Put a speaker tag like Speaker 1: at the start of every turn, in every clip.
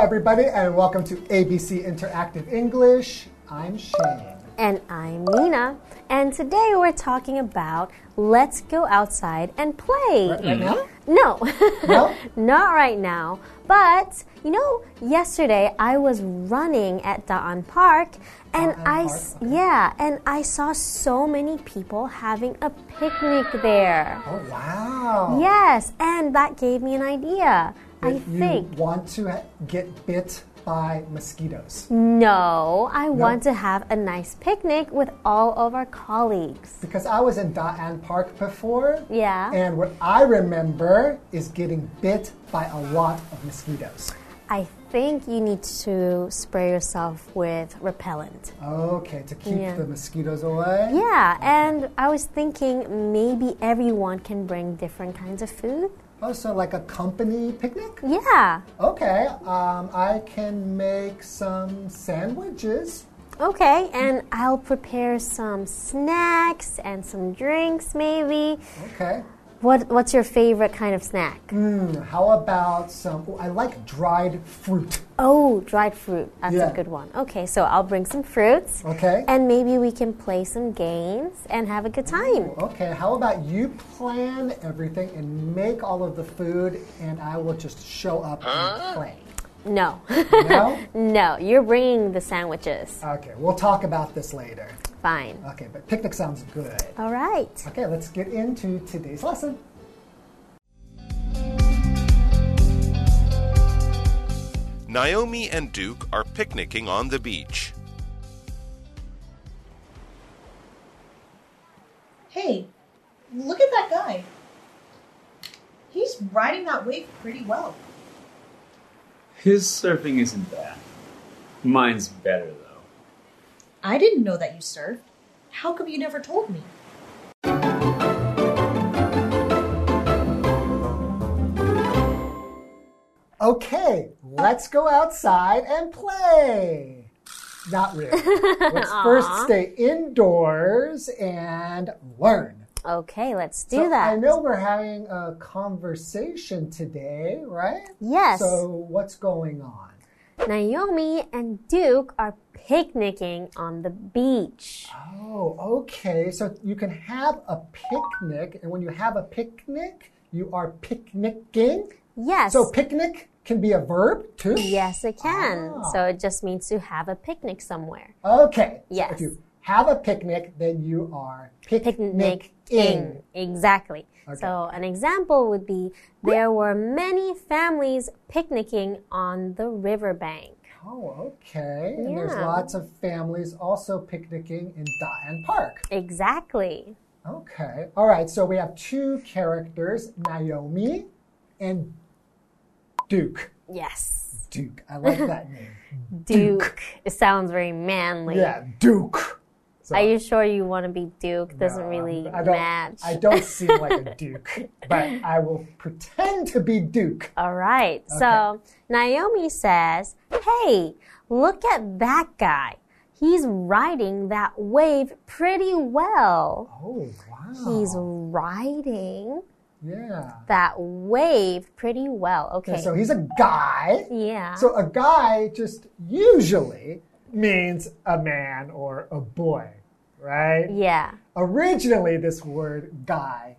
Speaker 1: everybody, and welcome to ABC Interactive English. I'm Shane.
Speaker 2: And I'm Nina. And today we're talking about let's go outside and play.
Speaker 1: Right now?
Speaker 2: No,
Speaker 1: No?
Speaker 2: not right now. But, you know, yesterday I was running at Da'an Park and
Speaker 1: Da'an
Speaker 2: I,
Speaker 1: Park,
Speaker 2: s- yeah, and I saw so many people having a picnic there.
Speaker 1: Oh, wow.
Speaker 2: Yes, and that gave me an idea. I
Speaker 1: If you
Speaker 2: think.
Speaker 1: want to ha- get bit by mosquitoes
Speaker 2: Mm. No, I want to have a nice picnic with all of our colleagues.
Speaker 1: because I was in Da'an Park before.
Speaker 2: Yeah.
Speaker 1: And what I remember is getting bit by a lot of mosquitoes.
Speaker 2: I think you need to spray yourself with repellent.
Speaker 1: Okay, to keep
Speaker 2: Yeah.
Speaker 1: the mosquitoes away.
Speaker 2: Yeah, and I was thinking maybe everyone can bring different kinds of food.
Speaker 1: Oh, so like a company picnic?
Speaker 2: Yeah,
Speaker 1: Okay, um, I can make some sandwiches.
Speaker 2: okay, and I'll prepare some snacks and some drinks maybe.
Speaker 1: Okay.
Speaker 2: What, what's your favorite kind of snack?
Speaker 1: Hmm, how about some? Oh, I like dried fruit.
Speaker 2: Oh, dried fruit. That's
Speaker 1: Yeah.
Speaker 2: a good one. Okay, so I'll bring some fruits.
Speaker 1: Okay.
Speaker 2: And maybe we can play some games and have a good time.
Speaker 1: Okay, how about you plan everything and make all of the food, and I will just show up and play.
Speaker 2: No.
Speaker 1: No?
Speaker 2: no, you're bringing the sandwiches.
Speaker 1: Okay, we'll talk about this later.
Speaker 2: Fine.
Speaker 1: Okay, but picnic sounds good.
Speaker 2: All right.
Speaker 1: Okay, let's get into today's lesson.
Speaker 3: Naomi and Duke are picnicking on the beach.
Speaker 4: Hey, look at that guy. He's riding that wave pretty well.
Speaker 5: His surfing isn't bad. Mine's better, though.
Speaker 4: I didn't know that you surfed. How come you never told me?
Speaker 1: Okay, let's go outside and play. Not really. Let's first stay indoors and learn.
Speaker 2: Okay, let's do
Speaker 1: So I
Speaker 2: that.
Speaker 1: know we're having a conversation today, right?
Speaker 2: Yes.
Speaker 1: So what's going on?
Speaker 2: Naomi and Duke are picnicking on the beach.
Speaker 1: Oh, okay. So you can have a picnic, and when you have a picnic, you are picnicking.
Speaker 2: Yes.
Speaker 1: So picnic can be a verb too.
Speaker 2: yes, it can.
Speaker 1: Ah.
Speaker 2: So it just means to have a picnic somewhere.
Speaker 1: Okay. So
Speaker 2: Yes.
Speaker 1: If you have a picnic, then you are
Speaker 2: Picnicking.
Speaker 1: picnicking.
Speaker 2: Exactly. So an example would be there were many families picnicking on the riverbank.
Speaker 1: Oh, okay. And there's
Speaker 2: Yeah.
Speaker 1: lots of families also picnicking in Da'an Park.
Speaker 2: Exactly.
Speaker 1: Okay. All right. So we have two characters, Naomi and Duke.
Speaker 2: Yes.
Speaker 1: Duke. I like that name.
Speaker 2: Duke. It sounds very manly.
Speaker 1: Yeah, Duke. So,
Speaker 2: Are you sure you want to be Duke? Doesn't
Speaker 1: um,
Speaker 2: really
Speaker 1: I don't,
Speaker 2: match.
Speaker 1: I don't seem like a Duke, but I will pretend to be Duke.
Speaker 2: All right. So Naomi says, Hey, look at that guy. He's riding that wave pretty well.
Speaker 1: Oh, wow.
Speaker 2: He's riding
Speaker 1: Yeah.
Speaker 2: that wave pretty well. Okay.
Speaker 1: Okay, so he's a guy.
Speaker 2: yeah.
Speaker 1: So a guy just usually means a man or a boy, right?
Speaker 2: yeah.
Speaker 1: Originally, this word guy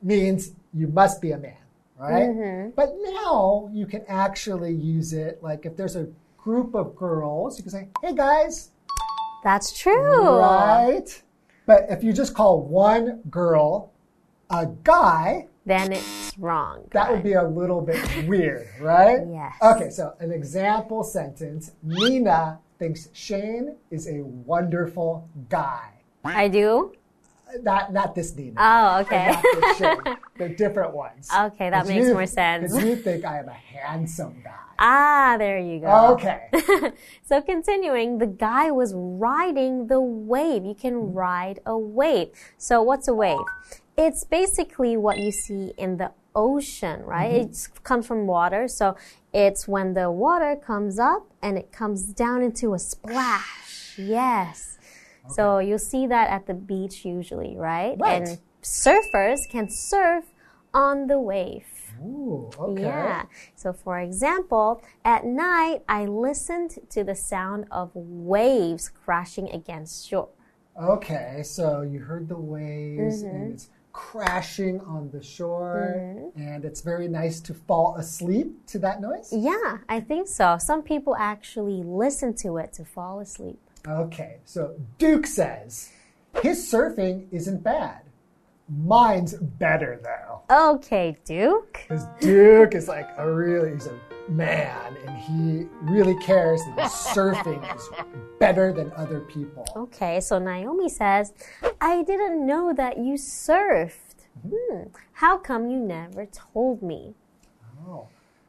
Speaker 1: means you must be a man, right? But now you can actually use it like if there's a group of girls, you can say, hey guys,
Speaker 2: That's true.
Speaker 1: right? But if you just call one girl a guy,
Speaker 2: Then it's wrong.
Speaker 1: that would be a little bit weird, right?
Speaker 2: Yes.
Speaker 1: Okay, so an example sentence Nina thinks Shane is a wonderful guy.
Speaker 2: I do?
Speaker 1: Not, not this Nina.
Speaker 2: Oh, okay.
Speaker 1: Not this Shane. They're different ones.
Speaker 2: Okay, that
Speaker 1: 'Cause
Speaker 2: makes
Speaker 1: you-
Speaker 2: more sense.
Speaker 1: 'cause you think I am a handsome guy.
Speaker 2: Ah, there you go.
Speaker 1: Okay.
Speaker 2: So continuing, the guy was riding the wave. You can ride a wave. So what's a wave? It's basically what you see in the ocean, right? It comes from water. So it's when the water comes up and it comes down into a splash. Yes. So you'll see that at the beach usually, right?
Speaker 1: Right.
Speaker 2: And surfers can surf on the wave.
Speaker 1: Ooh, okay.
Speaker 2: Yeah. So, for example, at night, I listened to the sound of waves crashing against shore.
Speaker 1: Okay, so you heard the waves
Speaker 2: Mm-hmm.
Speaker 1: and it's crashing on the shore, and it's very nice to fall asleep to that noise.
Speaker 2: Yeah, I think so. Some people actually listen to it to fall asleep.
Speaker 1: Okay, so Duke says his surfing isn't bad. Mine's better though.
Speaker 2: Okay, Duke.
Speaker 1: Because Duke is like a really he's a man and he really cares that his surfing is better than other people.
Speaker 2: Okay, so Naomi says, I didn't know that you surfed.
Speaker 1: Mm-hmm.
Speaker 2: Hmm, how come you never told me?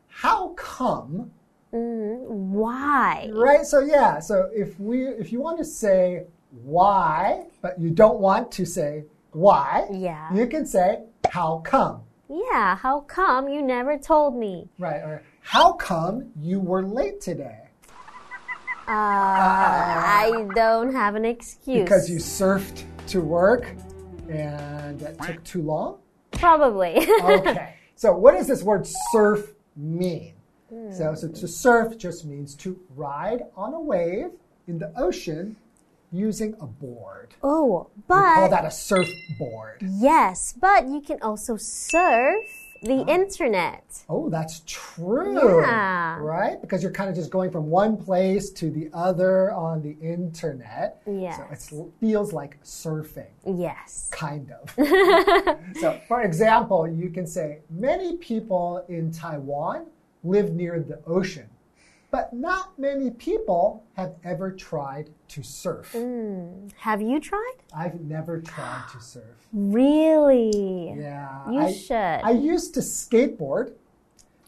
Speaker 1: How come?
Speaker 2: Mm-hmm. Why?
Speaker 1: Right? So yeah, so if we if you want to say why, but you don't want to say why,
Speaker 2: Yeah.
Speaker 1: you can say how come.
Speaker 2: Yeah, how come you never told me?
Speaker 1: Right, or how come you were late today?
Speaker 2: Uh, I don't have an excuse.
Speaker 1: Ah. Because you surfed to work and that took too long?
Speaker 2: Probably.
Speaker 1: okay. So, what does this word surf mean?
Speaker 2: Hmm.
Speaker 1: So, so, to surf just means to ride on a wave in the ocean using a board.
Speaker 2: oh,
Speaker 1: We call
Speaker 2: but
Speaker 1: that a surfboard.
Speaker 2: yes, but you can also surf the
Speaker 1: Uh-huh.
Speaker 2: internet.
Speaker 1: Oh, that's true.
Speaker 2: Yeah.
Speaker 1: Right? Because you're kind of just going from one place to the other on the internet. So,
Speaker 2: Yes.
Speaker 1: it feels like surfing.
Speaker 2: Yes.
Speaker 1: Kind of. so, for example, you can say many people in Taiwan live near the ocean, but not many people have ever tried to surf.
Speaker 2: Have you tried?
Speaker 1: I've never tried to surf.
Speaker 2: Really?
Speaker 1: Yeah.
Speaker 2: You
Speaker 1: I,
Speaker 2: should.
Speaker 1: I used to skateboard.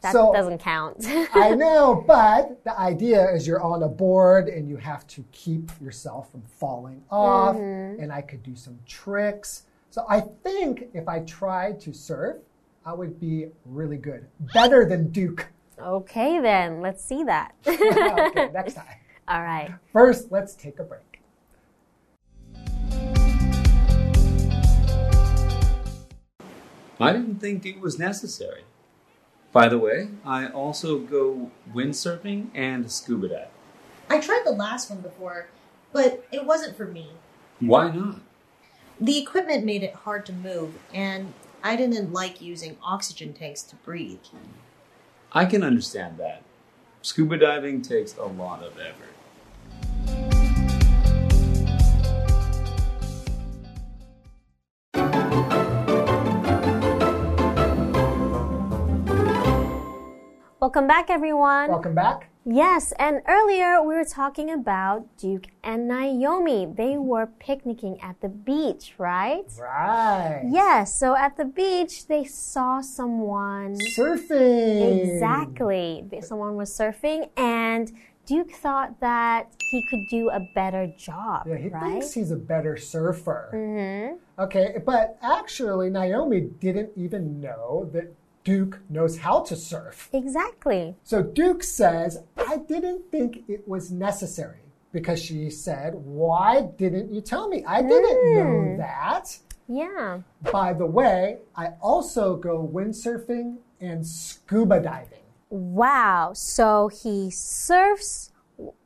Speaker 2: that
Speaker 1: so
Speaker 2: doesn't count.
Speaker 1: I know, but the idea is you're on a board and you have to keep yourself from falling off. And I could do some tricks. So I think if I tried to surf, I would be really good. Better than Duke.
Speaker 2: okay, then. Let's see that.
Speaker 1: okay, next time.
Speaker 2: All right.
Speaker 1: First, let's take a break.
Speaker 5: I didn't think it was necessary. By the way, I also go windsurfing and scuba diving.
Speaker 4: I tried the last one before, but it wasn't for me.
Speaker 5: Why not?
Speaker 4: The equipment made it hard to move, and I didn't like using oxygen tanks to breathe.
Speaker 5: I can understand that. Scuba diving takes a lot of effort.
Speaker 2: Welcome back, everyone.
Speaker 1: Welcome back.
Speaker 2: Yes, and earlier we were talking about Duke and Naomi. They
Speaker 1: Mm-hmm.
Speaker 2: were picnicking at the beach, right?
Speaker 1: Right.
Speaker 2: Yes, so at the beach they saw someone.
Speaker 1: Surfing.
Speaker 2: Exactly. Someone was surfing, and Duke thought that he could do a better job,
Speaker 1: Yeah, he
Speaker 2: right?
Speaker 1: thinks he's a better surfer. Okay, but actually, Naomi didn't even know that Duke knows how to surf.
Speaker 2: Exactly.
Speaker 1: So Duke says, I didn't think it was necessary because she said, Why didn't you tell me? I didn't know that.
Speaker 2: Yeah.
Speaker 1: By the way, I also go windsurfing and scuba diving.
Speaker 2: Wow. So he surfs,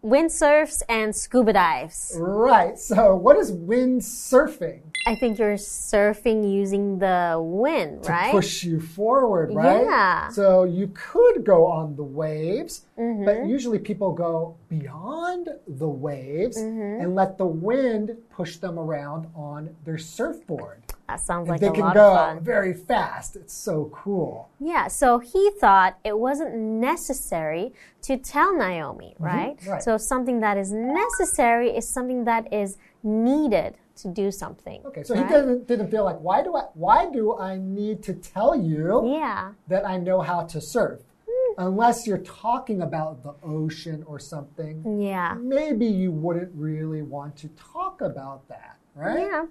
Speaker 2: windsurfs, and scuba
Speaker 1: Mm.
Speaker 2: dives.
Speaker 1: Right, so what is windsurfing?
Speaker 2: I think you're surfing using the wind, right?
Speaker 1: push you forward, right?
Speaker 2: Yeah. Mm-hmm.
Speaker 1: So you could go on the waves, but usually people go beyond the waves
Speaker 2: Mm-hmm.
Speaker 1: and let the wind push them around on their surfboard.
Speaker 2: That sounds
Speaker 1: And
Speaker 2: like
Speaker 1: they
Speaker 2: a
Speaker 1: can
Speaker 2: lot
Speaker 1: go
Speaker 2: of fun.
Speaker 1: very fast. It's so cool.
Speaker 2: Yeah, so he thought it wasn't necessary to tell Naomi, right?
Speaker 1: Mm-hmm, right.
Speaker 2: So something that is necessary is something that is needed to do something.
Speaker 1: Okay, so he
Speaker 2: right?
Speaker 1: didn't didn't feel like why do I why do I need to tell you
Speaker 2: Yeah,
Speaker 1: that I know how to surf?
Speaker 2: Mm.
Speaker 1: Unless you're talking about the ocean or something.
Speaker 2: yeah,
Speaker 1: Maybe you wouldn't really want to talk about that, right?
Speaker 2: yeah.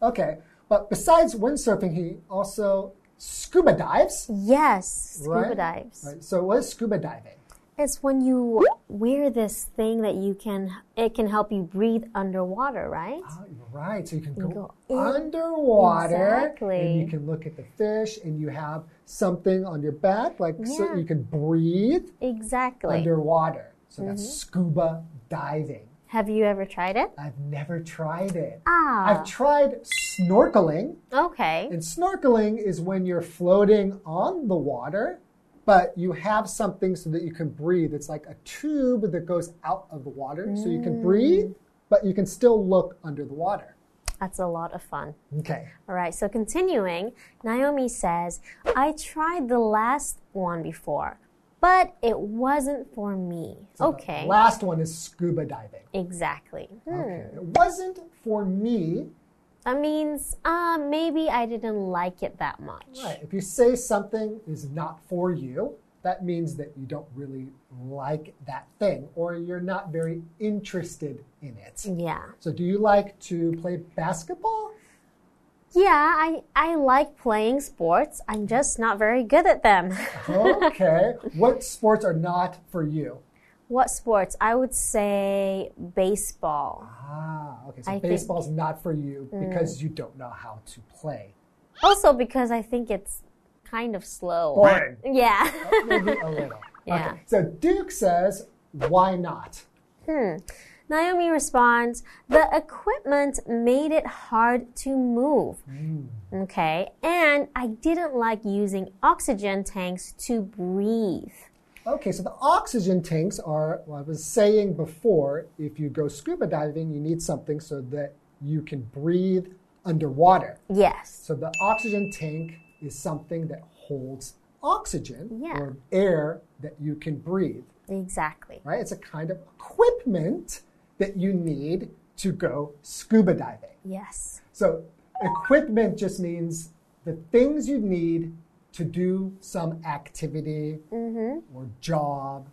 Speaker 1: Okay, but besides windsurfing, he also scuba dives.
Speaker 2: Yes, scuba
Speaker 1: right?
Speaker 2: dives.
Speaker 1: Right, So what is scuba diving?
Speaker 2: It's when you wear this thing that you can, it can help you breathe underwater, right?
Speaker 1: Oh, right. So you can go,
Speaker 2: go in-
Speaker 1: underwater.
Speaker 2: Exactly.
Speaker 1: And you can look at the fish and you have something on your back, like so
Speaker 2: Yeah.
Speaker 1: you can breathe
Speaker 2: Exactly.
Speaker 1: underwater. So that's
Speaker 2: Mm-hmm.
Speaker 1: scuba diving.
Speaker 2: Have you ever tried it?
Speaker 1: I've never tried it.
Speaker 2: Ah,
Speaker 1: I've tried snorkeling,
Speaker 2: okay.
Speaker 1: and snorkeling is when you're floating on the water, but you have something so that you can breathe. It's like a tube that goes out of the water, so you can breathe, but you can still look under the water.
Speaker 2: That's a lot of fun.
Speaker 1: Okay.
Speaker 2: All right, so continuing, Naomi says, I tried the last one before, but it wasn't for me. okay,
Speaker 1: Last one is scuba diving.
Speaker 2: exactly. Hmm.
Speaker 1: Okay. It wasn't for me.
Speaker 2: That means uh, maybe I didn't like it that much.
Speaker 1: Right. If you say something is not for you, that means that you don't really like that thing or you're not very interested in it.
Speaker 2: Yeah.
Speaker 1: So, do you like to play basketball?
Speaker 2: Yeah, I, I like playing sports. I'm just not very good at them.
Speaker 1: Okay. what sports are not for you?
Speaker 2: what sports? I would say baseball.
Speaker 1: Ah, okay. So
Speaker 2: I think- Mm.
Speaker 1: baseball's not for you because you don't know how to play.
Speaker 2: Also, because I think it's kind of slow.
Speaker 1: Uh-huh. Boring. Oh.
Speaker 2: Yeah.
Speaker 1: Maybe a little.
Speaker 2: Yeah.
Speaker 1: Okay. So Duke says, why not?
Speaker 2: Hmm. Naomi responds, the equipment made it hard to move.
Speaker 1: Hmm.
Speaker 2: Okay, and I didn't like using oxygen tanks to breathe.
Speaker 1: Okay, so the oxygen tanks are, well, I was saying before, if you go scuba diving, you need something so that you can breathe underwater.
Speaker 2: Yes.
Speaker 1: So the oxygen tank is something that holds oxygen
Speaker 2: Yeah.
Speaker 1: or air that you can breathe,
Speaker 2: Exactly.
Speaker 1: right? It's a kind of equipment that you need to go scuba diving.
Speaker 2: Yes.
Speaker 1: So equipment just means the things you need to do some activity or job.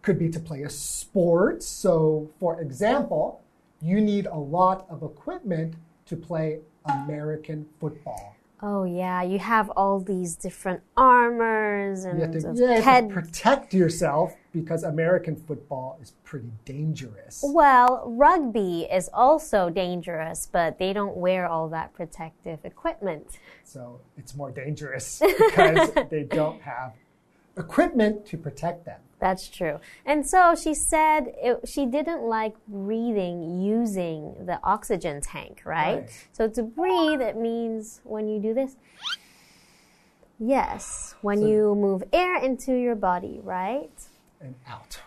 Speaker 1: Could be to play a sport. So, for example, you need a lot of equipment to play American football.
Speaker 2: Oh, yeah, you have all these different armors and
Speaker 1: You have to,
Speaker 2: those
Speaker 1: yeah, you have
Speaker 2: head.
Speaker 1: to protect yourself because American football is pretty dangerous.
Speaker 2: well, rugby is also dangerous, but they don't wear all that protective equipment.
Speaker 1: So, it's more dangerous because they don't have equipment to protect them.
Speaker 2: That's true. And so she said it, she didn't like breathing using the oxygen tank, right?
Speaker 1: Right.
Speaker 2: So to breathe, it means when you do this. Yes, when
Speaker 1: So-
Speaker 2: you move air into your body, right?
Speaker 1: and out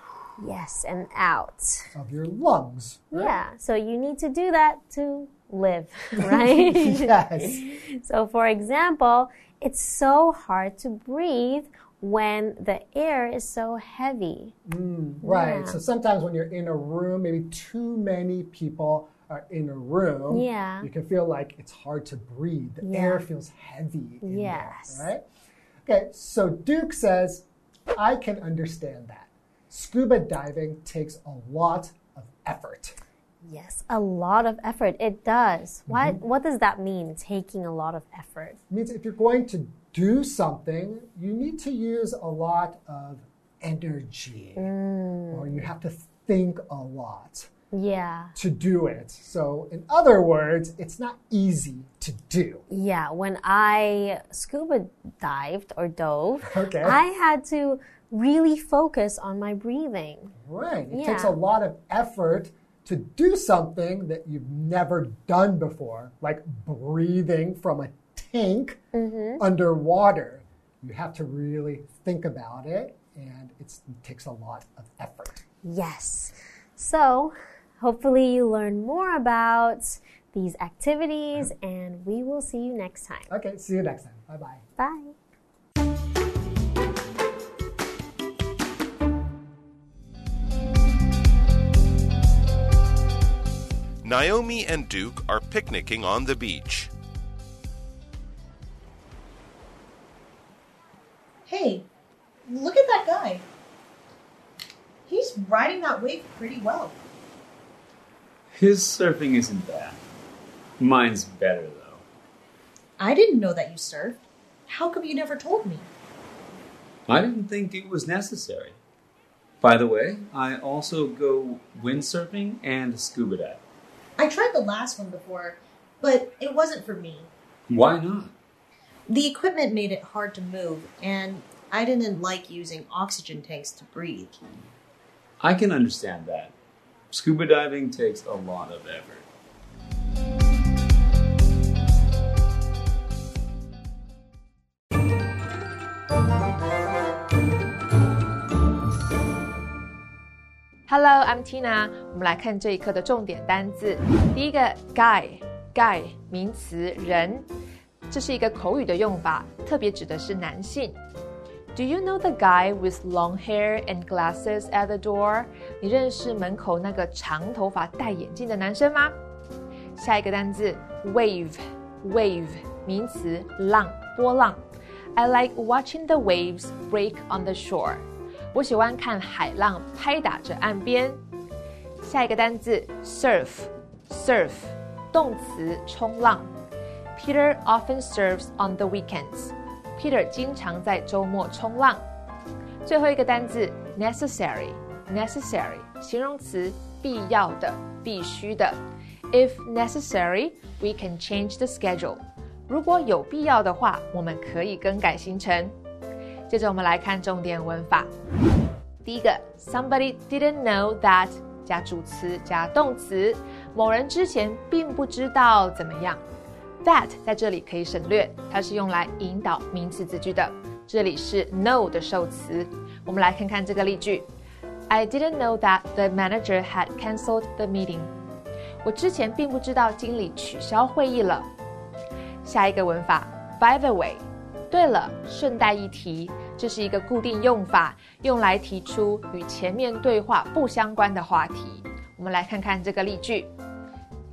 Speaker 2: Yes, and out.
Speaker 1: of your lungs.
Speaker 2: Yeah, so you need to do that to live, right?
Speaker 1: Yes.
Speaker 2: So, for example, it's so hard to breathe when the air is so heavy.
Speaker 1: Right.
Speaker 2: Yeah.
Speaker 1: So sometimes when you're in a room, maybe too many people are in a room.
Speaker 2: Yeah.
Speaker 1: You can feel like it's hard to breathe. The
Speaker 2: Yeah.
Speaker 1: air feels heavy. in there,
Speaker 2: Yes.
Speaker 1: right? Okay. So Duke says, I can understand that. Scuba diving takes a lot of effort.
Speaker 2: Yes, a lot of effort. It does. Why? What does that mean? Taking a lot of effort.
Speaker 1: It means if you're going to do something, you need to use a lot of energy, or you have to think a lot
Speaker 2: Yeah,
Speaker 1: to do it. So, in other words, it's not easy to do.
Speaker 2: yeah. When I scuba dived or dove,
Speaker 1: Okay.
Speaker 2: I had to really focus on my breathing.
Speaker 1: Right. It takes a
Speaker 2: Yeah.
Speaker 1: lot of effort to do something that you've never done before, like breathing from a tank underwater. You have to really think about it, and it's, it takes a lot of effort.
Speaker 2: Yes. So, hopefully, you learn more about these activities, and we will see you next time.
Speaker 1: Okay, see you next time. Bye bye.
Speaker 2: Bye.
Speaker 3: Naomi and Duke are picnicking on the beach.
Speaker 4: Hey, look at that guy. He's riding that wave pretty well.
Speaker 5: His surfing isn't bad. Mine's better, though.
Speaker 4: I didn't know that you surfed. How come you never told me?
Speaker 5: I didn't think it was necessary. By the way, I also go windsurfing and scuba diving.
Speaker 4: I tried the last one before, but it wasn't for me.
Speaker 5: Why not?
Speaker 4: The equipment made it hard to move, and I didn't like using oxygen tanks to breathe.
Speaker 5: I can understand that. Scuba diving takes a lot of effort.
Speaker 6: Hello, I'm Tina。我们来看这一课的重点单字。第一个 guy，guy 名词人，这是一个口语的用法，特别指的是男性。Do you know the guy with long hair and glasses at the door？你认识门口那个长头发戴眼镜的男生吗？下一个单字 wave，wave 名词浪波浪。I like watching the waves break on the shore。我喜欢看海浪拍打着岸边。下一个单字 surf，surf 动词冲浪。Peter often surfs on the weekends。Peter 经常在周末冲浪。最后一个单字 necessary，necessary 形容词必要的、必须的。If necessary, we can change the schedule。如果有必要的话，我们可以更改行程。接着我们来看重点文法。第一个，somebody didn't know that 加主词加动词，某人之前并不知道怎么样。that 在这里可以省略，它是用来引导名词子句的。这里是 know 的受词。我们来看看这个例句：I didn't know that the manager had cancelled the meeting。我之前并不知道经理取消会议了。下一个文法，by the way。对了，顺带一提，这是一个固定用法，用来提出与前面对话不相关的话题。我们来看看这个例句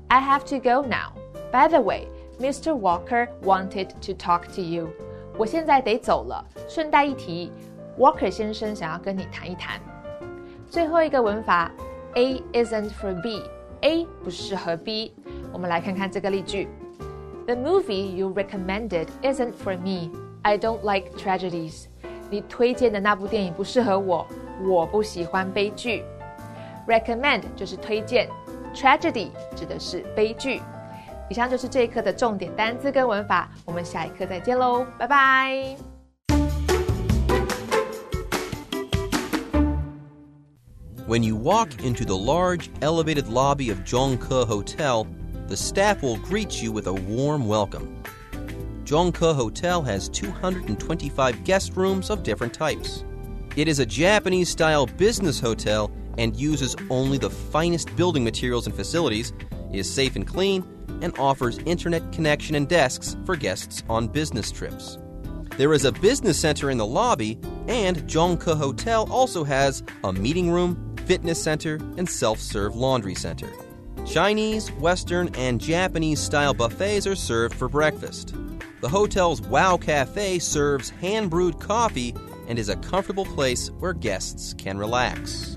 Speaker 6: ：I have to go now. By the way, Mr. Walker wanted to talk to you. 我现在得走了。顺带一提，Walker 先生想要跟你谈一谈。最后一个文法，A isn't for B. A 不适合 B。我们来看看这个例句：The movie you recommended isn't for me. I don't like tragedies. 你推荐的那部电影不适合我，我不喜欢悲剧。Recommend 就是推荐，tragedy 指的是悲剧。以上就是这一课的重点单词跟文法，我们下一课再见喽，拜拜。
Speaker 7: When you walk into the large, elevated lobby of Zhongke Hotel, the staff will greet you with a warm welcome. Zhongke Hotel has 225 guest rooms of different types. It is a Japanese style business hotel and uses only the finest building materials and facilities, is safe and clean, and offers internet connection and desks for guests on business trips. There is a business center in the lobby, and Zhongke Hotel also has a meeting room, fitness center, and self serve laundry center. Chinese, Western, and Japanese style buffets are served for breakfast. The hotel's Wow Cafe serves hand brewed coffee and is a comfortable place where guests can relax.